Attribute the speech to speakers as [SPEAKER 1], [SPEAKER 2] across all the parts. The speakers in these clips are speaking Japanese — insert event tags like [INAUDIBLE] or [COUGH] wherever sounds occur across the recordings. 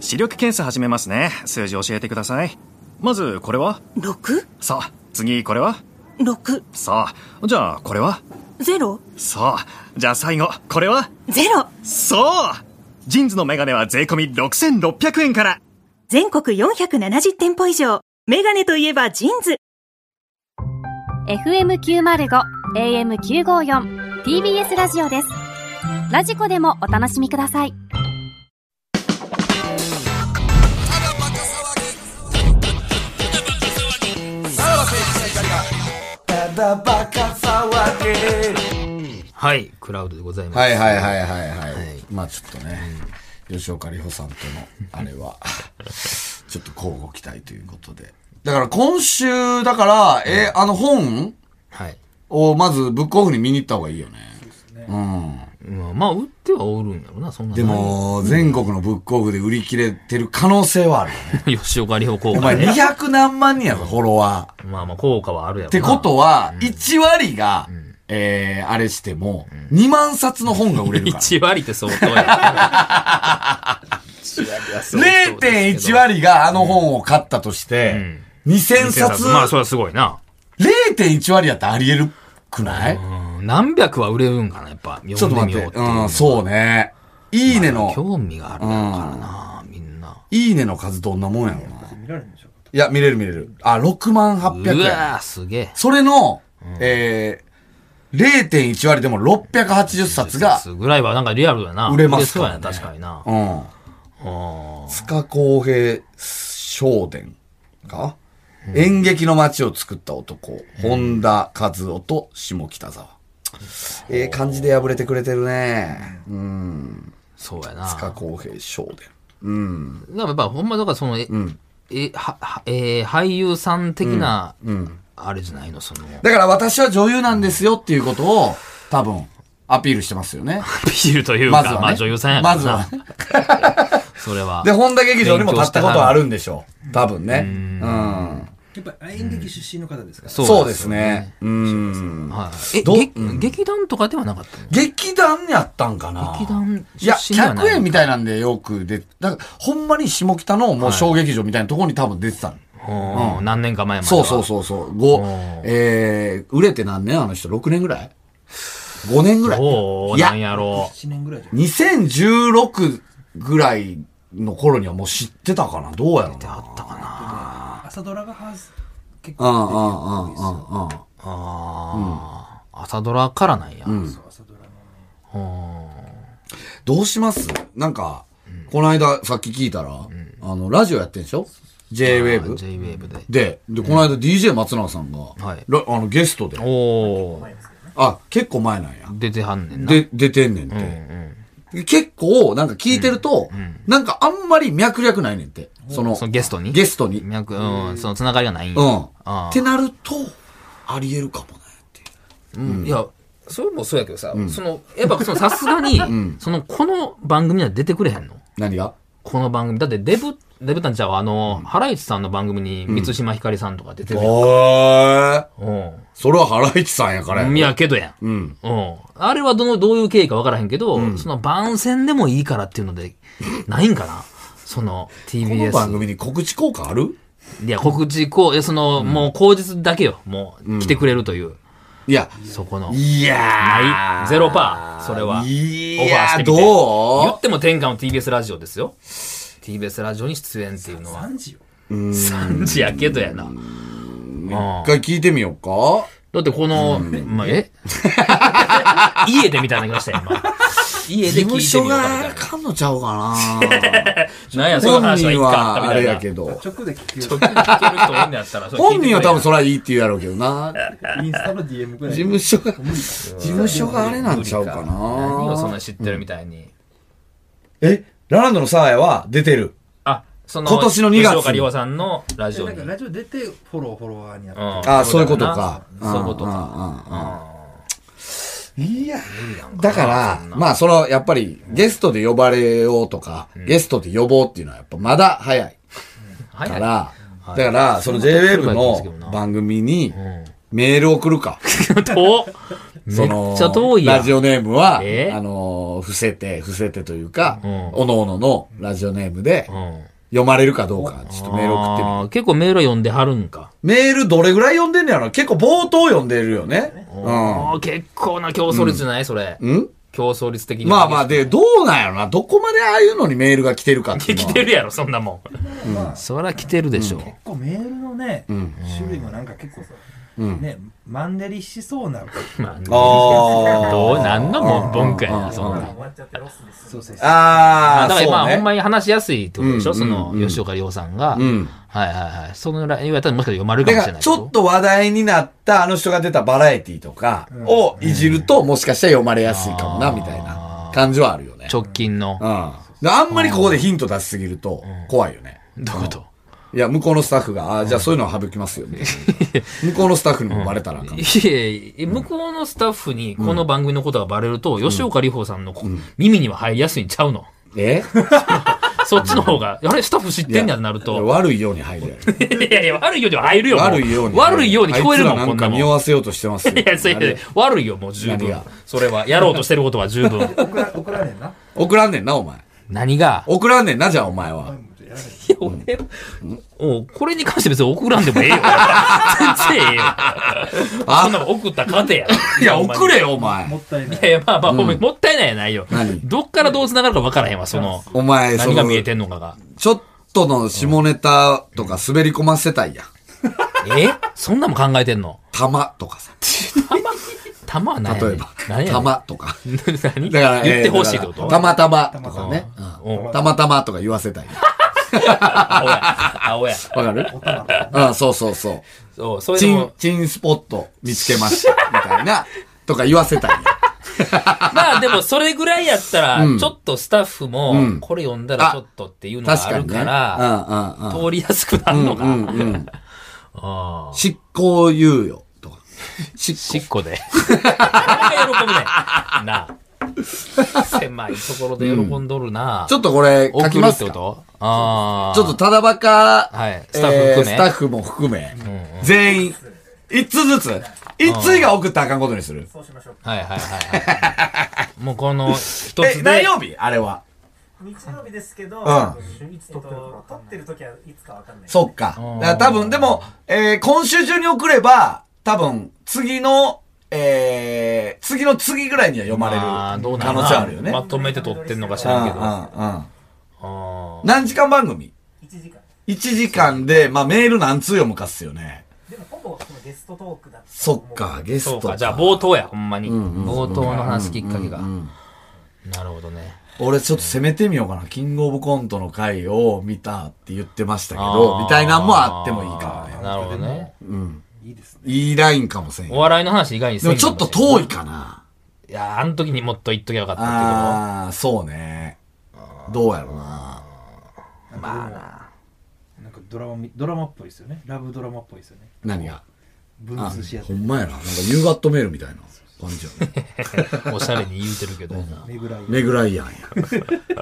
[SPEAKER 1] 視力検査始めますね。数字教えてください。まず、これは
[SPEAKER 2] 6?
[SPEAKER 1] さあ、次、これは
[SPEAKER 2] 6
[SPEAKER 1] さあ、じゃあ、これは
[SPEAKER 2] ゼロ
[SPEAKER 1] さあ、じゃあ最後、これは
[SPEAKER 2] ゼロ
[SPEAKER 1] そうジンズのメガネは税込み6600円から
[SPEAKER 2] 全国470店舗以上メガネといえばジーンズ
[SPEAKER 3] FM905 AM954 TBS ラジオですラジコでもお楽しみください
[SPEAKER 4] はい、クラウドでございます。
[SPEAKER 5] はいはいはいはいはい。まあちょっとね、吉岡里帆さんとのあれは、 [LAUGHS] ちょっと交互期待ということで。だから今週、だから、え、あの本
[SPEAKER 4] はい。
[SPEAKER 5] をまずブックオフに見に行った方がいいよね。
[SPEAKER 4] まあ、まあ、売ってはおるんやろな、そんな。
[SPEAKER 5] で、も、全国のブックオフで売り切れてる可能性はあるよね。
[SPEAKER 4] [LAUGHS] 吉岡里帆効
[SPEAKER 5] お
[SPEAKER 4] 果
[SPEAKER 5] 前
[SPEAKER 4] ね。
[SPEAKER 5] 200何万人やぞ、フォロワー。
[SPEAKER 4] まあまあ、効果はあるやろな。
[SPEAKER 5] ってことは、1割が、えー、あれしても、2万冊の本が売れるから。
[SPEAKER 4] 1割って相当や。
[SPEAKER 5] [LAUGHS] 0.1割があの本を買ったとして、2000
[SPEAKER 4] 1冊。
[SPEAKER 5] 冊、
[SPEAKER 4] まあ、それはすごいな。
[SPEAKER 5] 0.1割やったらありえるくない
[SPEAKER 4] うん何百は売れるんかな、やっぱ。
[SPEAKER 5] ちょ
[SPEAKER 4] 読
[SPEAKER 5] っと
[SPEAKER 4] んでみ
[SPEAKER 5] 待っ。
[SPEAKER 4] ようってていう
[SPEAKER 5] うん、そうね。いいねの、
[SPEAKER 4] 興味があるからな、みんな。
[SPEAKER 5] いいねの数どんなもんやろな。いや、見れる見れる。あ、6万
[SPEAKER 4] う
[SPEAKER 5] 800円。
[SPEAKER 4] わぁ、すげえ。
[SPEAKER 5] それの、えー、0.1割でも680冊が、
[SPEAKER 4] ぐらいはなんかリアルだな。
[SPEAKER 5] 売れます
[SPEAKER 4] 売
[SPEAKER 5] か
[SPEAKER 4] れ
[SPEAKER 5] らね
[SPEAKER 4] そうやな、確かにな。
[SPEAKER 5] うん。
[SPEAKER 4] あ
[SPEAKER 5] 塚公平商伝か、演劇の街を作った男、本田和夫と下北沢。ええ感じで破れてくれてるね。うん。
[SPEAKER 4] そうやな。
[SPEAKER 5] 塚公平商伝。
[SPEAKER 4] なんかやっぱほんまだからその、え、え、は、はえー俳優さん的な、あれじゃないの、その、
[SPEAKER 5] だから私は女優なんですよっていうことを、多分、アピールしてます [LAUGHS] よね。
[SPEAKER 4] アピールというか、
[SPEAKER 5] ま
[SPEAKER 4] ま
[SPEAKER 5] ずはね。
[SPEAKER 4] あ女優さんやか
[SPEAKER 5] ま
[SPEAKER 4] らな
[SPEAKER 5] ずはね。
[SPEAKER 4] [LAUGHS] それは。
[SPEAKER 5] で、本田劇場にも立ったことはあるんでしょう。多分ね。うん。
[SPEAKER 6] やっぱ演劇出身の方ですから、
[SPEAKER 5] そう
[SPEAKER 4] よ
[SPEAKER 5] です。ね。うん。
[SPEAKER 4] はい。え、
[SPEAKER 5] ど
[SPEAKER 4] 劇劇団とかではなかったの
[SPEAKER 5] 劇団やったんかな
[SPEAKER 4] 劇団
[SPEAKER 5] いや、
[SPEAKER 4] 出身ではない
[SPEAKER 5] 100円みたいなんでよく出て、だから、ほんまに下北のもう小劇場みたいなところに多分出てたの。
[SPEAKER 4] うん何年か前まで
[SPEAKER 5] そ
[SPEAKER 4] は。
[SPEAKER 5] うそうそうそう。5、えー、売れて何年あの人 ?6 年ぐらい ?5 年ぐらい
[SPEAKER 4] どう
[SPEAKER 5] いや
[SPEAKER 4] なんやろう。
[SPEAKER 6] 1年ぐらいじゃ
[SPEAKER 5] ?2016 ぐらいの頃にはもう知ってたかなどうやろうな。あったか
[SPEAKER 6] ない朝ドラがはず結
[SPEAKER 5] うんうん
[SPEAKER 6] 構出てるん
[SPEAKER 5] うん
[SPEAKER 6] で
[SPEAKER 5] うんうん。
[SPEAKER 4] ああ、朝ドラからなんや。
[SPEAKER 6] すよ朝ドラのね
[SPEAKER 5] どうしますなんか、この間さっき聞いたら、あの、ラジオやってんでしょ ?J-Wave?
[SPEAKER 4] J-Wave で。
[SPEAKER 5] で、で、この間 DJ 松永さんが、
[SPEAKER 4] はい
[SPEAKER 5] らあのゲストで、
[SPEAKER 4] おお
[SPEAKER 5] あ、結構前なんや。
[SPEAKER 4] 出てはんねんな。
[SPEAKER 5] で、出てんねんて。で結構、なんか聞いてると、なんかあんまり脈略ないねんて。その、
[SPEAKER 4] そのゲストに
[SPEAKER 5] ゲストに。うん。っ
[SPEAKER 4] 脈、うん、そのつながりがないんや。あ
[SPEAKER 5] てなると、ありえるかもねっていう。
[SPEAKER 4] いや、それもそうやけどさ、その、やっぱそのさすがに、その、この番組には出てくれへんの
[SPEAKER 5] 何が
[SPEAKER 4] この番組。だってデブ、デブタンちゃんはあの、ハライチさんの番組に、満島ひかりさんとか出てるやん。
[SPEAKER 5] ー
[SPEAKER 4] うん
[SPEAKER 5] それは原市さんやからや
[SPEAKER 4] いやけどやん。
[SPEAKER 5] ん
[SPEAKER 4] うん。あれはどの、どういう経緯かわからへんけど、その番宣でもいいからっていう
[SPEAKER 5] [LAUGHS]
[SPEAKER 4] ので、ないんかなその、
[SPEAKER 5] この
[SPEAKER 4] TBS。
[SPEAKER 5] 番組に告知効果ある
[SPEAKER 4] いや、告知、こう、えその、もう口実だけよ。もう、来てくれるという、
[SPEAKER 5] いや、
[SPEAKER 4] そこの。
[SPEAKER 5] いや
[SPEAKER 4] ない
[SPEAKER 5] ー。
[SPEAKER 4] ゼロパーそれはいオファーし
[SPEAKER 5] やー、
[SPEAKER 4] てみて言
[SPEAKER 5] ど
[SPEAKER 4] っても天下の TBS ラジオですよ TBS ラジオに出演っていうのは
[SPEAKER 6] 何時よ
[SPEAKER 4] 3時やけどやな
[SPEAKER 5] う一回聞いてみようか
[SPEAKER 4] だってこの、まあ、え [LAUGHS] 家でみたいなのがしたよ今家
[SPEAKER 5] 事
[SPEAKER 4] で聞いてみ
[SPEAKER 5] 務
[SPEAKER 4] よう
[SPEAKER 5] 所
[SPEAKER 4] かみ
[SPEAKER 5] が
[SPEAKER 4] たい
[SPEAKER 5] かんのちゃうかな
[SPEAKER 4] ななんやその
[SPEAKER 5] 本
[SPEAKER 4] 話はいい
[SPEAKER 5] 人
[SPEAKER 4] か
[SPEAKER 5] は
[SPEAKER 4] み
[SPEAKER 5] あ
[SPEAKER 4] た
[SPEAKER 5] れ
[SPEAKER 4] いな
[SPEAKER 5] やけど。
[SPEAKER 6] 直で
[SPEAKER 4] 直
[SPEAKER 6] 聞くよ
[SPEAKER 4] 接聞ける人おんねやったらそれ聞いて
[SPEAKER 5] 本
[SPEAKER 4] くれ
[SPEAKER 5] 人は多分そ
[SPEAKER 4] れ
[SPEAKER 5] れはいいって言うやろうけどな。
[SPEAKER 6] インスタの DM ぐら
[SPEAKER 5] 事
[SPEAKER 6] い
[SPEAKER 5] 務所が、事務所があれなんちゃうか
[SPEAKER 4] 何をそん
[SPEAKER 5] な
[SPEAKER 4] な知ってるみたいに、
[SPEAKER 5] え、ラランドのサーヤは出てる。
[SPEAKER 4] あその
[SPEAKER 5] 今年の2月
[SPEAKER 4] 吉岡里帆さんのラジオ
[SPEAKER 6] なん
[SPEAKER 4] に
[SPEAKER 6] かラジオ出てフォローフォロワーになって
[SPEAKER 4] うん
[SPEAKER 5] ああ、そういうこと
[SPEAKER 4] だな
[SPEAKER 5] か。
[SPEAKER 4] そういうことか
[SPEAKER 5] うん。うんうんいやーだから、まあ、その、やっぱり、ゲストで呼ばれようとか、ゲストで呼ぼうっていうのは、やっぱまだ早い。
[SPEAKER 4] はい
[SPEAKER 5] か
[SPEAKER 4] は
[SPEAKER 5] ら、だ [LAUGHS] から、その JWAVE の番組にメール送るか。
[SPEAKER 4] い遠っ
[SPEAKER 5] その
[SPEAKER 4] めっちゃ遠いやん
[SPEAKER 5] ラジオネームは、
[SPEAKER 4] え
[SPEAKER 5] あのー伏せて、伏せてというか、
[SPEAKER 4] うん
[SPEAKER 5] おのおののラジオネームで、
[SPEAKER 4] うん。
[SPEAKER 5] 読まれるかどうか、ちょっとメール送ってみる。
[SPEAKER 4] あー結構メールは読んではるんか。
[SPEAKER 5] メールどれぐらい読んでんのやろ結構冒頭読んでるよね。
[SPEAKER 4] あー結構な競争率じゃない、それ。
[SPEAKER 5] うん。ん
[SPEAKER 4] 競争率的に。
[SPEAKER 5] まあまあ、で、どうなんやろなどこまでああいうのにメールが来てるかっていうのは。
[SPEAKER 4] [LAUGHS] [LAUGHS] 来てるやろ、そんなも
[SPEAKER 6] まあ
[SPEAKER 4] ん。そりゃ来てるでしょ。
[SPEAKER 6] 結構メールのね、種類もなんか結構さ、ね、マンネリしそうな。
[SPEAKER 4] まあ、
[SPEAKER 5] ああ。
[SPEAKER 4] どう、なんの文文化やな、そんな。
[SPEAKER 6] そうそうそう
[SPEAKER 5] ああ、
[SPEAKER 4] だからまあ、
[SPEAKER 5] そうね
[SPEAKER 4] ほんまに話しやすいってことでしょ、
[SPEAKER 5] うん
[SPEAKER 4] その
[SPEAKER 5] う、ん
[SPEAKER 4] 吉岡亮さんが、
[SPEAKER 5] うん
[SPEAKER 4] はいはいはい。そのラインは多分もしかしたら読まれるか
[SPEAKER 5] だ
[SPEAKER 4] もし
[SPEAKER 5] か
[SPEAKER 4] れな
[SPEAKER 5] ら、
[SPEAKER 4] い
[SPEAKER 5] ちょっと話題になったあの人が出たバラエティとか
[SPEAKER 6] ん
[SPEAKER 5] をいじると、もしかしたら読まれやすいかもな、
[SPEAKER 4] あー
[SPEAKER 5] みたいな感じはあるよね。
[SPEAKER 4] 直近の
[SPEAKER 5] う、ん。あんまりここでヒント出しすぎると怖いよね。
[SPEAKER 4] どういうこと
[SPEAKER 5] いや、向こうのスタッフが、あーじゃあそういうのは省きますよ、みたい
[SPEAKER 4] [LAUGHS]
[SPEAKER 5] な向こうのスタッフにもバレたらあかん。
[SPEAKER 4] いやいや、向こうのスタッフにこの番組のことがバレると、吉岡里帆さんのこ耳には入りやすいんちゃう
[SPEAKER 5] [LAUGHS]
[SPEAKER 4] の。
[SPEAKER 5] え
[SPEAKER 4] そっちの方が、あれ、スタッフ知ってんやんなる
[SPEAKER 5] いや
[SPEAKER 4] と。
[SPEAKER 5] 悪いように入るやろ。
[SPEAKER 4] [LAUGHS] いやいや、悪いようには入るよ。も
[SPEAKER 5] 悪いように入る。
[SPEAKER 4] 悪いように聞こえるも
[SPEAKER 5] あいつらな
[SPEAKER 4] ん、こ
[SPEAKER 5] ん
[SPEAKER 4] ん
[SPEAKER 5] か
[SPEAKER 4] な [LAUGHS] もん。い
[SPEAKER 5] 匂わせようとしてますよ。
[SPEAKER 4] や、そうや
[SPEAKER 5] あれ
[SPEAKER 4] 悪いよ、もう十
[SPEAKER 5] 何
[SPEAKER 4] 分
[SPEAKER 5] が。
[SPEAKER 4] それは、やろうとしてることは十
[SPEAKER 5] [LAUGHS]
[SPEAKER 4] 分。
[SPEAKER 6] 送ら送らねえな。
[SPEAKER 5] 送らんねんな、お前。
[SPEAKER 4] 何が
[SPEAKER 5] 送らんねんな、じゃあお前は。
[SPEAKER 4] いや、俺、おこれに関して別に送らんでもえ
[SPEAKER 5] [LAUGHS]
[SPEAKER 4] えよ。全然ええよ。そんなもん送ったら勝てや。
[SPEAKER 5] いや、送れ
[SPEAKER 4] よ。
[SPEAKER 5] よ、お前
[SPEAKER 6] も。ったいない
[SPEAKER 4] い。やいや、まあまあ、ごめんもったいないやないよ
[SPEAKER 5] 何。
[SPEAKER 4] どっからどう繋がるか分からへんわ、その、
[SPEAKER 5] お前、そ
[SPEAKER 4] 何が見え
[SPEAKER 5] の、
[SPEAKER 4] てんのかが。
[SPEAKER 5] ちょっとの下ネタとか滑り込ませたいやん。
[SPEAKER 4] えそんなんも考えてんの
[SPEAKER 5] 玉とかさ。
[SPEAKER 4] 玉は何やねん
[SPEAKER 5] 例えば。
[SPEAKER 4] 何やねん
[SPEAKER 5] 玉とか。
[SPEAKER 4] 何
[SPEAKER 5] だから、
[SPEAKER 4] 言ってほしいってこ
[SPEAKER 5] えー
[SPEAKER 4] と
[SPEAKER 5] だからたまたまとかね。
[SPEAKER 4] うん
[SPEAKER 5] うんたまたまとか言わせたいやん。
[SPEAKER 4] 青や。青や。
[SPEAKER 5] わかるうん、そうそうそう。
[SPEAKER 4] そう、そういう
[SPEAKER 5] チ
[SPEAKER 4] の
[SPEAKER 5] ン
[SPEAKER 4] も、
[SPEAKER 5] チンスポット見つけました。みたいな。とか言わせ
[SPEAKER 4] [LAUGHS]
[SPEAKER 5] たいやん。
[SPEAKER 4] まあでもそれぐらいやったら、ちょっとスタッフも
[SPEAKER 5] ん、
[SPEAKER 4] これ読んだらちょっとっていうのが
[SPEAKER 5] 確
[SPEAKER 4] あ
[SPEAKER 5] か
[SPEAKER 4] る
[SPEAKER 5] にね。
[SPEAKER 4] から、
[SPEAKER 5] うんうんうん。
[SPEAKER 4] 通りやすくなるのか。
[SPEAKER 5] うんうん。
[SPEAKER 4] ああ。
[SPEAKER 5] 執行猶予と
[SPEAKER 4] [LAUGHS]
[SPEAKER 5] か。執
[SPEAKER 4] し
[SPEAKER 5] 行。
[SPEAKER 4] っこで。誰が喜ぶねん。なあ。狭いところで喜んどるな。
[SPEAKER 5] ちょっとこれ書
[SPEAKER 4] 送
[SPEAKER 5] き
[SPEAKER 4] る
[SPEAKER 5] ま
[SPEAKER 4] っ
[SPEAKER 5] す
[SPEAKER 4] て
[SPEAKER 5] か
[SPEAKER 4] こ
[SPEAKER 5] ちょ
[SPEAKER 4] とああ。
[SPEAKER 5] っと、ただばか、
[SPEAKER 4] はい
[SPEAKER 5] えー
[SPEAKER 4] スタッフ含め
[SPEAKER 5] スタッフも含め、全員、一通ずつ、一通が送ったらあかんことにする。
[SPEAKER 4] はいはいはいはい。もうこの一つ
[SPEAKER 5] え、
[SPEAKER 4] で。
[SPEAKER 5] 何曜日あれは。
[SPEAKER 7] 日曜日ですけど、
[SPEAKER 5] ん
[SPEAKER 7] えっと、撮ってる時はいつかわかんない。
[SPEAKER 5] そっか。だから多分、でも、えー今週中に送れば、多分、次の、えー次の次ぐらいには読まれる
[SPEAKER 4] まあ、どうな
[SPEAKER 5] 可
[SPEAKER 4] んや
[SPEAKER 5] 能性あるよね。
[SPEAKER 4] まとめて撮ってんのか知
[SPEAKER 5] うん
[SPEAKER 4] らんけど。あ
[SPEAKER 5] うんうん。
[SPEAKER 4] あ。
[SPEAKER 5] 何時間番組
[SPEAKER 7] 1時間。
[SPEAKER 5] ?1 時間で、まあメール何通読むかっすよね。
[SPEAKER 7] でもほぼそのゲストトークだった
[SPEAKER 5] そっか、ゲス
[SPEAKER 4] そう
[SPEAKER 5] ト
[SPEAKER 4] か、
[SPEAKER 5] か。
[SPEAKER 4] じゃあ冒頭や、ほんまに。冒頭の話きっかけが。なるほどね。
[SPEAKER 5] 俺ちょっと攻めてみようかな。キングオブコントの回を見たって言ってましたけ
[SPEAKER 4] あ
[SPEAKER 5] ど、
[SPEAKER 4] ー
[SPEAKER 5] みたいなんもあってもいいかもね。
[SPEAKER 4] なるほどね。
[SPEAKER 5] いいラインかもせん
[SPEAKER 4] お
[SPEAKER 5] よ。
[SPEAKER 4] 笑いの話以外に
[SPEAKER 5] でもちょっと
[SPEAKER 4] い。
[SPEAKER 5] 遠いかな。
[SPEAKER 4] いや、あの時にもっと言っときゃよかったっていうこと。
[SPEAKER 5] あー、そうね。どうやろうな。
[SPEAKER 6] まあな。なんかドラマみ、ドラマっぽいですよね。ラブドラマっぽいですよね。
[SPEAKER 5] 何が
[SPEAKER 6] ブルー
[SPEAKER 5] あ
[SPEAKER 6] スシアタ
[SPEAKER 5] ほ
[SPEAKER 6] ー。
[SPEAKER 5] んまやな。なんか夕方メールみたいな感じやね。
[SPEAKER 4] おしゃれに言うてるけどな。
[SPEAKER 6] メグライアン。
[SPEAKER 5] メグライアンや。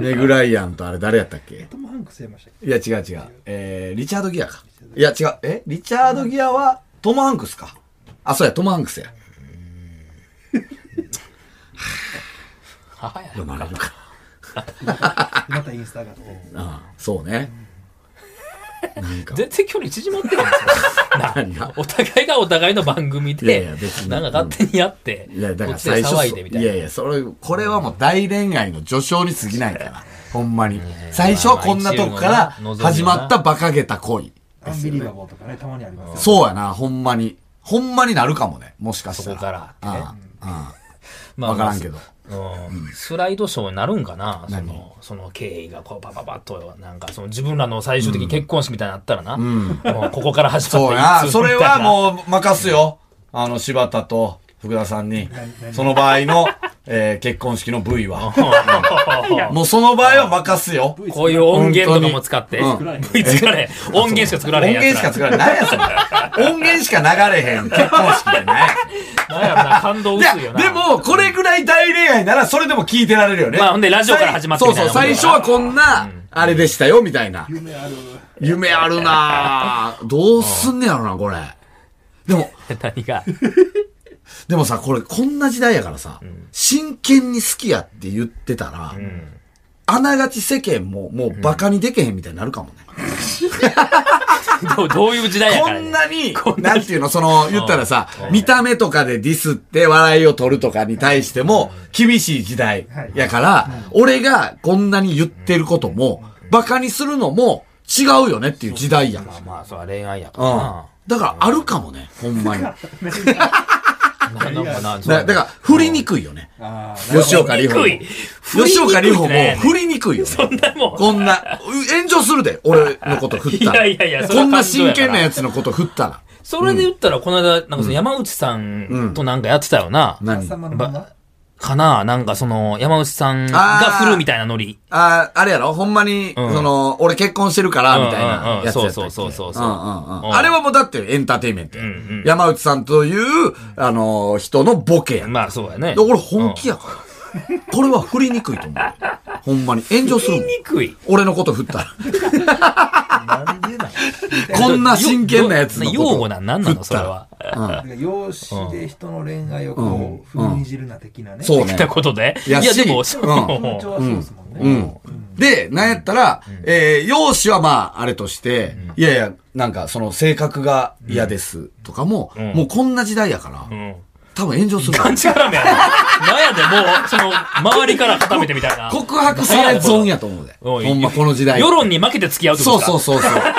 [SPEAKER 5] メグライアンとあれ誰やったっけ
[SPEAKER 6] トム・ハンクスやりましたっ
[SPEAKER 5] いや、違う違う。えー、リチャードギアか。いや、違う。えリチャードギアはトム・ハンクスか。あ、そうや、トム・ハンクスや。
[SPEAKER 4] 母や
[SPEAKER 5] 読まれるか。
[SPEAKER 6] けまたインスタがあって。
[SPEAKER 5] ああそうね。なんか。
[SPEAKER 4] 全然距離縮まってないんです
[SPEAKER 5] [LAUGHS]
[SPEAKER 4] よな。お互いがお互いの番組
[SPEAKER 5] いやい
[SPEAKER 4] で
[SPEAKER 5] や別、に
[SPEAKER 4] なんか勝手にやって、
[SPEAKER 5] いや、だか
[SPEAKER 4] こっ
[SPEAKER 5] ら
[SPEAKER 4] ちで
[SPEAKER 5] 最初
[SPEAKER 4] 騒いでみたいな。
[SPEAKER 5] やいや、それ、これはもう大恋愛の序章に過ぎないから。ほんまに。最初はこんなとこから
[SPEAKER 4] まあまあ一応のな
[SPEAKER 5] 始まった馬鹿げた恋。
[SPEAKER 6] アンビリバボーとかね、たまにあります
[SPEAKER 5] そうやな、ほんまに。ほんまになるかもね。もしかしたら。
[SPEAKER 4] そこからってね
[SPEAKER 5] ああ
[SPEAKER 4] ま
[SPEAKER 5] ああ。わからんけど。。
[SPEAKER 4] うんスライドショーになるんかなその、その経緯がこうパパパッと、なんかその自分らの最終的に結婚式みたいになったらな。もうここから始ま
[SPEAKER 5] そう
[SPEAKER 4] った
[SPEAKER 5] や
[SPEAKER 4] 一。通
[SPEAKER 5] それ
[SPEAKER 4] みたい
[SPEAKER 5] は
[SPEAKER 4] な
[SPEAKER 5] もう任すよ。あの、柴田と福田さんに、その場合の、 [LAUGHS] えー結婚式の部位は。もうその場合は任すよ。
[SPEAKER 4] こういう音源とかも使って、
[SPEAKER 5] 本
[SPEAKER 4] V 作られへん。音源しか作ら
[SPEAKER 5] 音
[SPEAKER 4] れへんや
[SPEAKER 5] 源
[SPEAKER 4] つら。
[SPEAKER 5] しか作られない。何やそれ。音源しか流れへん結婚式でね。
[SPEAKER 4] なんやろな感動
[SPEAKER 5] いや、
[SPEAKER 4] 薄いよな。
[SPEAKER 5] でも、これぐらい大恋愛なら、それでも聞いてられるよね。
[SPEAKER 4] まあほんでラジオから始まって
[SPEAKER 5] そう
[SPEAKER 4] みたい
[SPEAKER 5] そう、
[SPEAKER 4] なもんだから
[SPEAKER 5] 最初はこんな、あれでしたよ、みたいな。夢ある。夢あるなぁどうすんねやろな、これ。でも、
[SPEAKER 4] 何が。
[SPEAKER 5] でもさ、これ、こんな時代やからさ、真剣に好きやって言ってたら、
[SPEAKER 4] うん。
[SPEAKER 5] あながち世間も、もうバカにでけへんみたいになるかもね。
[SPEAKER 4] どうどういう時代やか
[SPEAKER 5] こ
[SPEAKER 4] らね
[SPEAKER 5] んな
[SPEAKER 4] [LAUGHS]
[SPEAKER 5] に、なんていうの、その、言ったらさ、見た目とかでディスって笑いを取るとかに対しても、厳しい時代やから、俺がこんなに言ってることも、バカにするのも違うよねっていう時代や。
[SPEAKER 4] まあまあ、それは恋愛やか
[SPEAKER 5] う
[SPEAKER 4] ら
[SPEAKER 5] ん
[SPEAKER 4] な。。
[SPEAKER 5] だからあるかもね、ほん
[SPEAKER 4] [LAUGHS]
[SPEAKER 5] まに。だ
[SPEAKER 4] なんかなそう
[SPEAKER 5] だから、振りにくいよね。
[SPEAKER 6] あー
[SPEAKER 5] 吉岡里帆も
[SPEAKER 4] 振りにくい。
[SPEAKER 5] 吉岡里帆も
[SPEAKER 4] 振りにくいね
[SPEAKER 5] 振りにくいよね。
[SPEAKER 4] そんなもん。
[SPEAKER 5] こんな、う炎上するで、俺のこと振ったら。
[SPEAKER 4] [LAUGHS] いやいやいやそ
[SPEAKER 5] こ
[SPEAKER 4] れは
[SPEAKER 5] んな
[SPEAKER 4] 感情
[SPEAKER 5] 真
[SPEAKER 4] やから
[SPEAKER 5] 剣なやつのこと振ったら。
[SPEAKER 4] それで言ったら、この間、なんかその山内さんとなんかやってたよな。
[SPEAKER 5] 何
[SPEAKER 6] 朝間の
[SPEAKER 4] ば
[SPEAKER 6] まま
[SPEAKER 4] かななんかその、山内さんが振るみたいなノリ。
[SPEAKER 5] ああ、あれやろほんまに、
[SPEAKER 4] うん
[SPEAKER 5] その、俺結婚してるから、みたいなやつやったっけ、
[SPEAKER 4] うんうんうんそうそうそうそう
[SPEAKER 5] うんうんうんあれはもうだってエンターテインメントや、
[SPEAKER 4] うんうん
[SPEAKER 5] 山内さんという、あのー人のボケや。
[SPEAKER 4] まあそうやね。
[SPEAKER 5] で俺本気やから。これは振りにくいと思う。ほんまに。炎上するもん
[SPEAKER 4] 振。りにくい。
[SPEAKER 5] 俺のこと振ったら。
[SPEAKER 6] なんでなん
[SPEAKER 5] こんな真剣なやつのこと。
[SPEAKER 4] 用語なんなんなのそれは。
[SPEAKER 5] うん。
[SPEAKER 6] なんか容姿で人の恋愛をこう、
[SPEAKER 5] うん
[SPEAKER 6] 踏みにじるな的なね。
[SPEAKER 5] そう
[SPEAKER 4] っ
[SPEAKER 5] ね
[SPEAKER 4] た。ことで。い
[SPEAKER 5] いや
[SPEAKER 4] や、
[SPEAKER 5] し
[SPEAKER 4] でも、そううん
[SPEAKER 6] 風潮はそうですもんね。
[SPEAKER 5] うん。で、なんやったら、えー、容姿はまあ、あれとして、いやいや、なんか、その、性格が嫌ですとかも、
[SPEAKER 4] ん
[SPEAKER 5] もうこんな時代やから、
[SPEAKER 4] うん。
[SPEAKER 5] 多分炎上する。
[SPEAKER 4] パンチ絡めやな。なんやで、もう、その、周りから固めてみたいな。
[SPEAKER 5] 告白され損やと思うで。
[SPEAKER 4] [LAUGHS] おい
[SPEAKER 5] ほんま、この時代。
[SPEAKER 4] 世論に負けて付き合うってこ
[SPEAKER 5] そ
[SPEAKER 4] と
[SPEAKER 5] う
[SPEAKER 4] です
[SPEAKER 5] そう
[SPEAKER 4] か
[SPEAKER 5] そうそう。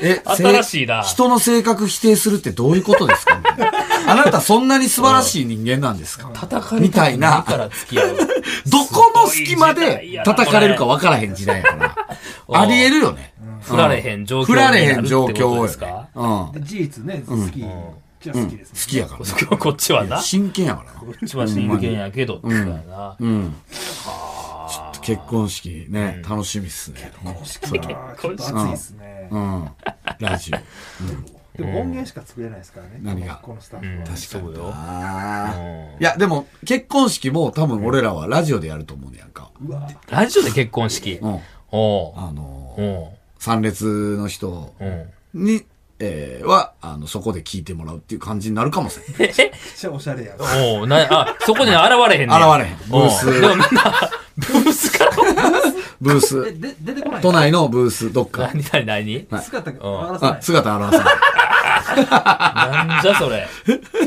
[SPEAKER 5] え
[SPEAKER 4] [LAUGHS] 新しいな
[SPEAKER 5] せ人の性格否定するってどういうことです
[SPEAKER 4] [LAUGHS]
[SPEAKER 5] かみたいなあなたそんなに素晴らしい人間なんですか
[SPEAKER 4] 叩かれ
[SPEAKER 5] みたいな
[SPEAKER 4] たくないから付き合う。
[SPEAKER 5] どこの隙間
[SPEAKER 4] すごい時代
[SPEAKER 5] で
[SPEAKER 4] やな
[SPEAKER 5] 叩かれるか分からへん時代やから。
[SPEAKER 4] これ
[SPEAKER 5] ありえるよね。
[SPEAKER 4] 振られへん状況
[SPEAKER 5] 振
[SPEAKER 4] にな
[SPEAKER 5] ら
[SPEAKER 4] る
[SPEAKER 5] れへん状
[SPEAKER 4] ってこ
[SPEAKER 5] 況
[SPEAKER 4] と
[SPEAKER 5] よ
[SPEAKER 4] ですか
[SPEAKER 5] ね。うん。
[SPEAKER 6] で事実ね、好き。じゃあ好きです
[SPEAKER 5] 好きやからね。
[SPEAKER 4] こっちはな。こ
[SPEAKER 5] 真剣やからな。
[SPEAKER 4] っちは真剣やけど、ってことやな。
[SPEAKER 5] うん。ちょっと結婚式ね、楽しみっすね。
[SPEAKER 6] ね。あーちょっと熱いですね
[SPEAKER 5] う。ん。ラジ
[SPEAKER 4] [LAUGHS]
[SPEAKER 5] オ。
[SPEAKER 6] でも音源しか作れないですからね。
[SPEAKER 5] 何が
[SPEAKER 6] このスタッフは。
[SPEAKER 4] そうよ。
[SPEAKER 5] あー
[SPEAKER 4] う
[SPEAKER 5] い
[SPEAKER 4] ん
[SPEAKER 5] や、でも、結婚式も多分俺らはラジオでやると思うねやんか。
[SPEAKER 4] ラジオで結婚式。
[SPEAKER 5] うん。
[SPEAKER 4] おう
[SPEAKER 5] あのー、
[SPEAKER 4] お
[SPEAKER 5] 参列の人
[SPEAKER 4] ううん。
[SPEAKER 5] に、えー、は、あの、そこで聞いてもらうっていう感じになるかもしれない。
[SPEAKER 6] めっちゃおしゃれやん。
[SPEAKER 4] おうな、あ、そこに現れへんね
[SPEAKER 5] 現れへん
[SPEAKER 4] おう
[SPEAKER 5] ブース
[SPEAKER 4] でもみんな、ブースから
[SPEAKER 5] ブー
[SPEAKER 6] え、
[SPEAKER 5] ス、
[SPEAKER 6] で、出てこない
[SPEAKER 5] 都内のブース、どっか。
[SPEAKER 4] 何何何
[SPEAKER 6] 姿が
[SPEAKER 4] うん
[SPEAKER 6] 表さな
[SPEAKER 5] あ
[SPEAKER 6] い、。
[SPEAKER 5] 姿表さない。
[SPEAKER 4] なんじゃそれ。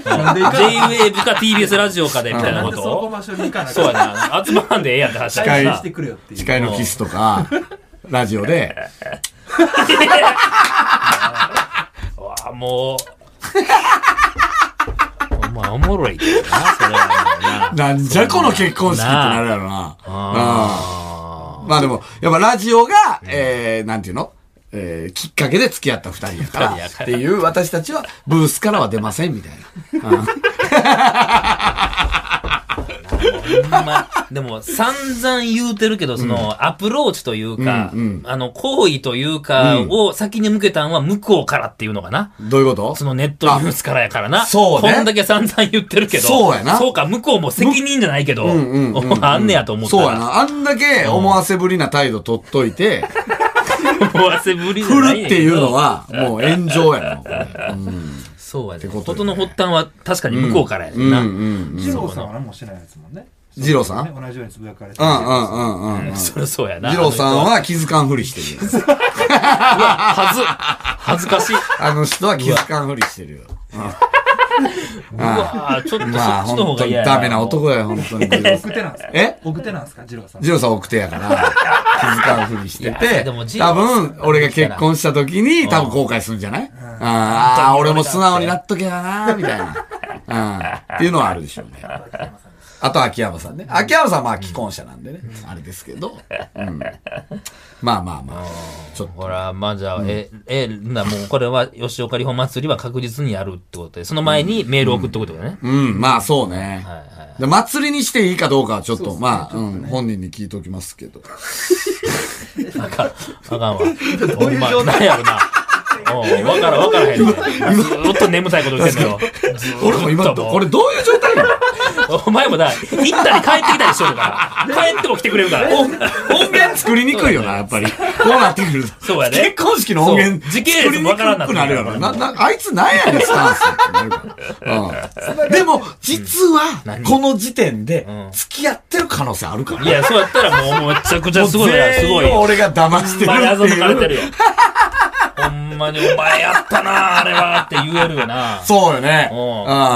[SPEAKER 6] なんで行かない
[SPEAKER 4] JWAVE か TBS ラジオかでみたいな
[SPEAKER 6] なん
[SPEAKER 4] こ
[SPEAKER 6] でそこ
[SPEAKER 4] と
[SPEAKER 6] 場所に行かな
[SPEAKER 4] そうや
[SPEAKER 6] く
[SPEAKER 4] な。集まらんでええやんって話
[SPEAKER 5] 近
[SPEAKER 4] や
[SPEAKER 5] い
[SPEAKER 4] な
[SPEAKER 6] してくれよっていう。
[SPEAKER 5] 誓いのキスとか、ラジオで、
[SPEAKER 4] う [LAUGHS] わあもう。お前おもろいけどな、それはもうな。
[SPEAKER 5] なんじゃこの結婚式ってなるやろな。うんまあでも、やっぱラジオが、えー、なんていうのえー、きっかけで付き合った二人やか
[SPEAKER 4] 二人
[SPEAKER 5] ら、
[SPEAKER 4] やか
[SPEAKER 5] っ
[SPEAKER 4] ら
[SPEAKER 5] ていう私たちはブースからは出ませんみたい
[SPEAKER 4] ほんま、でも散々言うてるけど、その、アプローチというか
[SPEAKER 5] うんうん、
[SPEAKER 4] あの、行為というか、を先に向けたんは向こうからっていうのかな。
[SPEAKER 5] な。どういうこと
[SPEAKER 4] そのネットニュースからやからな。
[SPEAKER 5] あそうね
[SPEAKER 4] こんだけ散々言ってるけど。
[SPEAKER 5] そうやな
[SPEAKER 4] そうか、向こうも責任じゃないけど、
[SPEAKER 5] うんうんうんうん、
[SPEAKER 4] あんねやと思った
[SPEAKER 5] そうや
[SPEAKER 4] [LAUGHS] ら。
[SPEAKER 5] な。あんだけ思わせぶりな態度取っといて、
[SPEAKER 4] 思わせぶりじゃ
[SPEAKER 5] 振
[SPEAKER 4] ない
[SPEAKER 5] る
[SPEAKER 4] ねん
[SPEAKER 5] っ
[SPEAKER 4] け
[SPEAKER 5] て
[SPEAKER 4] ど
[SPEAKER 5] いうの。は、もう炎上やなこ
[SPEAKER 4] [LAUGHS]
[SPEAKER 5] れ。うん
[SPEAKER 4] そうやね。
[SPEAKER 5] ってことよね
[SPEAKER 4] 事の発端は確かに向こうからやねんな。
[SPEAKER 5] うんうん
[SPEAKER 6] 二郎さんは何もしてないですもんね。
[SPEAKER 5] 二郎さん
[SPEAKER 6] ね同じようにつぶやかれて
[SPEAKER 5] うん
[SPEAKER 6] る。
[SPEAKER 5] うんうんうんうん。
[SPEAKER 4] そりゃそうやな。
[SPEAKER 5] 二郎さんは気づかんふりして
[SPEAKER 4] [LAUGHS]
[SPEAKER 5] るよ。
[SPEAKER 4] 恥
[SPEAKER 5] [LAUGHS]
[SPEAKER 4] ず、恥ずかしい。
[SPEAKER 5] あの人は気づかんふりしてる
[SPEAKER 4] [LAUGHS]
[SPEAKER 5] よ。
[SPEAKER 4] うわぁ、ちょっとそっ
[SPEAKER 5] まあ、
[SPEAKER 4] ちの方
[SPEAKER 5] 本
[SPEAKER 4] が
[SPEAKER 5] 当に
[SPEAKER 4] 嫌や
[SPEAKER 5] ダメな男だよ、本
[SPEAKER 4] [LAUGHS]
[SPEAKER 5] 当に。ジローさ
[SPEAKER 6] 奥
[SPEAKER 5] ん
[SPEAKER 6] 手なんですか
[SPEAKER 5] え
[SPEAKER 6] 奥手なんですか二郎さん。
[SPEAKER 5] ジローさん奥手や
[SPEAKER 4] [LAUGHS]
[SPEAKER 5] から、気づかんふりして
[SPEAKER 4] いや
[SPEAKER 5] て
[SPEAKER 4] でもジ、ロー
[SPEAKER 5] 多
[SPEAKER 4] さん
[SPEAKER 5] 分、俺が結婚した時に、多分後悔するんじゃないああ、俺も素直になっとけばな、みたいな。うんっていうのはあるでしょうね。あと、秋山さんね。秋山さんはまあ、既婚者なんでね。あれですけど。うんまあまあまあ。ちょっと。
[SPEAKER 4] ほら、まあじゃあ、え、え、な、もうこれは吉岡里帆祭りは確実にやるってことで、その前にメール送ってことだね。
[SPEAKER 5] うん、まあそうね
[SPEAKER 4] いは。
[SPEAKER 5] で祭りにしていいかどうかはちょっと、まあ、うん本人に聞いておきますけど。
[SPEAKER 4] あかん、あかんわ。どういう状態やろな。おうわからん、わからへんねん。ずーっと眠たいこと言ってんのよ。
[SPEAKER 5] 俺も今、これどういう状態なの
[SPEAKER 4] お前もな、行ったり帰ってきたりしてるから。帰っても来てくれるから。お
[SPEAKER 5] 音源作りにくいよな、やっぱり。こうなってくると。
[SPEAKER 4] そうやね
[SPEAKER 5] 結婚式の音源
[SPEAKER 4] そう時系列もわからんなっ
[SPEAKER 5] 作
[SPEAKER 4] て
[SPEAKER 5] りに
[SPEAKER 4] くる
[SPEAKER 5] く
[SPEAKER 4] か
[SPEAKER 5] く
[SPEAKER 4] ら
[SPEAKER 5] なるよな。な、あいつなんやねん、スタンスってなるから。うんでも、実は、この時点で
[SPEAKER 4] う、ん
[SPEAKER 5] 付き合ってる可能性あるから
[SPEAKER 4] いや、そうやったらもう、めちゃくちゃすごいな、す
[SPEAKER 5] 全
[SPEAKER 4] ごい
[SPEAKER 5] 員を
[SPEAKER 4] よ。
[SPEAKER 5] 俺が騙してるっ
[SPEAKER 4] まに
[SPEAKER 5] て
[SPEAKER 4] あざとかれて
[SPEAKER 5] い
[SPEAKER 4] る
[SPEAKER 5] う。
[SPEAKER 4] よ。ほんまにお前やったな、あれはって言えるよな。
[SPEAKER 5] そうよね。
[SPEAKER 4] う
[SPEAKER 5] うんん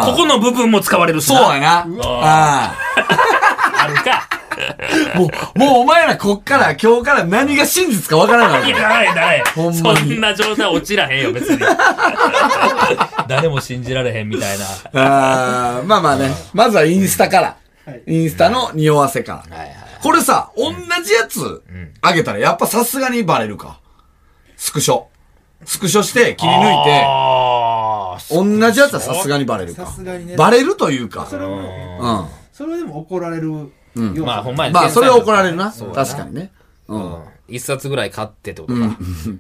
[SPEAKER 4] ここの部分も使われるし
[SPEAKER 5] そうやな。あ
[SPEAKER 4] あるか。
[SPEAKER 5] あもう、もうお前らこっから、今日から何が真実かわからないい
[SPEAKER 4] や、
[SPEAKER 5] から。
[SPEAKER 4] ならへん、ならへ
[SPEAKER 5] ほ
[SPEAKER 4] ん。
[SPEAKER 5] んまに
[SPEAKER 4] そんな状態落ちらへんよ、別
[SPEAKER 5] [LAUGHS]
[SPEAKER 4] に。誰も信じられへんみたいな。
[SPEAKER 5] あーまあまあね。まずはインスタから。インスタの匂わせから。これさ、同じやつ、あげたらやっぱさすがにバレるか。スクショ。スクショして切り抜いて、
[SPEAKER 4] あー
[SPEAKER 5] 同じやつはさすがにバレるか
[SPEAKER 6] さすがにね。
[SPEAKER 5] バレるというか。
[SPEAKER 6] それ
[SPEAKER 5] う
[SPEAKER 6] も、
[SPEAKER 5] ん。
[SPEAKER 6] それでも怒られるような。
[SPEAKER 4] まあ、ほんまに。
[SPEAKER 5] まあ、それは怒られるな。
[SPEAKER 4] そう
[SPEAKER 5] 確
[SPEAKER 4] やな
[SPEAKER 5] かにね。うん。
[SPEAKER 4] 一冊ぐらい買ってってことか。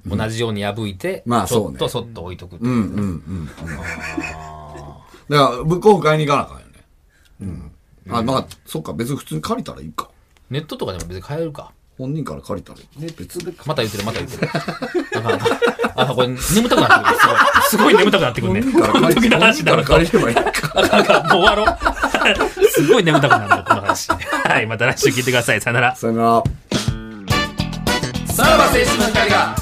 [SPEAKER 4] 同じように破いて、
[SPEAKER 5] まあ
[SPEAKER 4] ちょ
[SPEAKER 5] そ
[SPEAKER 4] っ
[SPEAKER 5] うね
[SPEAKER 4] とそっと置いとくって
[SPEAKER 5] う
[SPEAKER 4] い
[SPEAKER 5] んう
[SPEAKER 4] う。
[SPEAKER 5] んうんうん。だから、ブックオフ買いに行かなあかんよね。うん。あ、まあ、そっか、別に普通に借りたらいいか。
[SPEAKER 4] ネットとかでも別に買えるか。
[SPEAKER 5] 本人から借りたらいい。
[SPEAKER 6] ネットで買っ
[SPEAKER 4] また言ってる、また言ってる。あかんあかんあ、これ眠たくなってくる。すごい。すごい眠たくなってくるね。この時の話だ
[SPEAKER 5] 本人から借り
[SPEAKER 4] ろ。
[SPEAKER 5] ればいい [LAUGHS] か。
[SPEAKER 4] あかんあかんもう終わろう。すごい眠たくなるの、この話。はい、また来週聞いてください。さよなら。
[SPEAKER 5] さよなら。
[SPEAKER 4] さらば青春の光が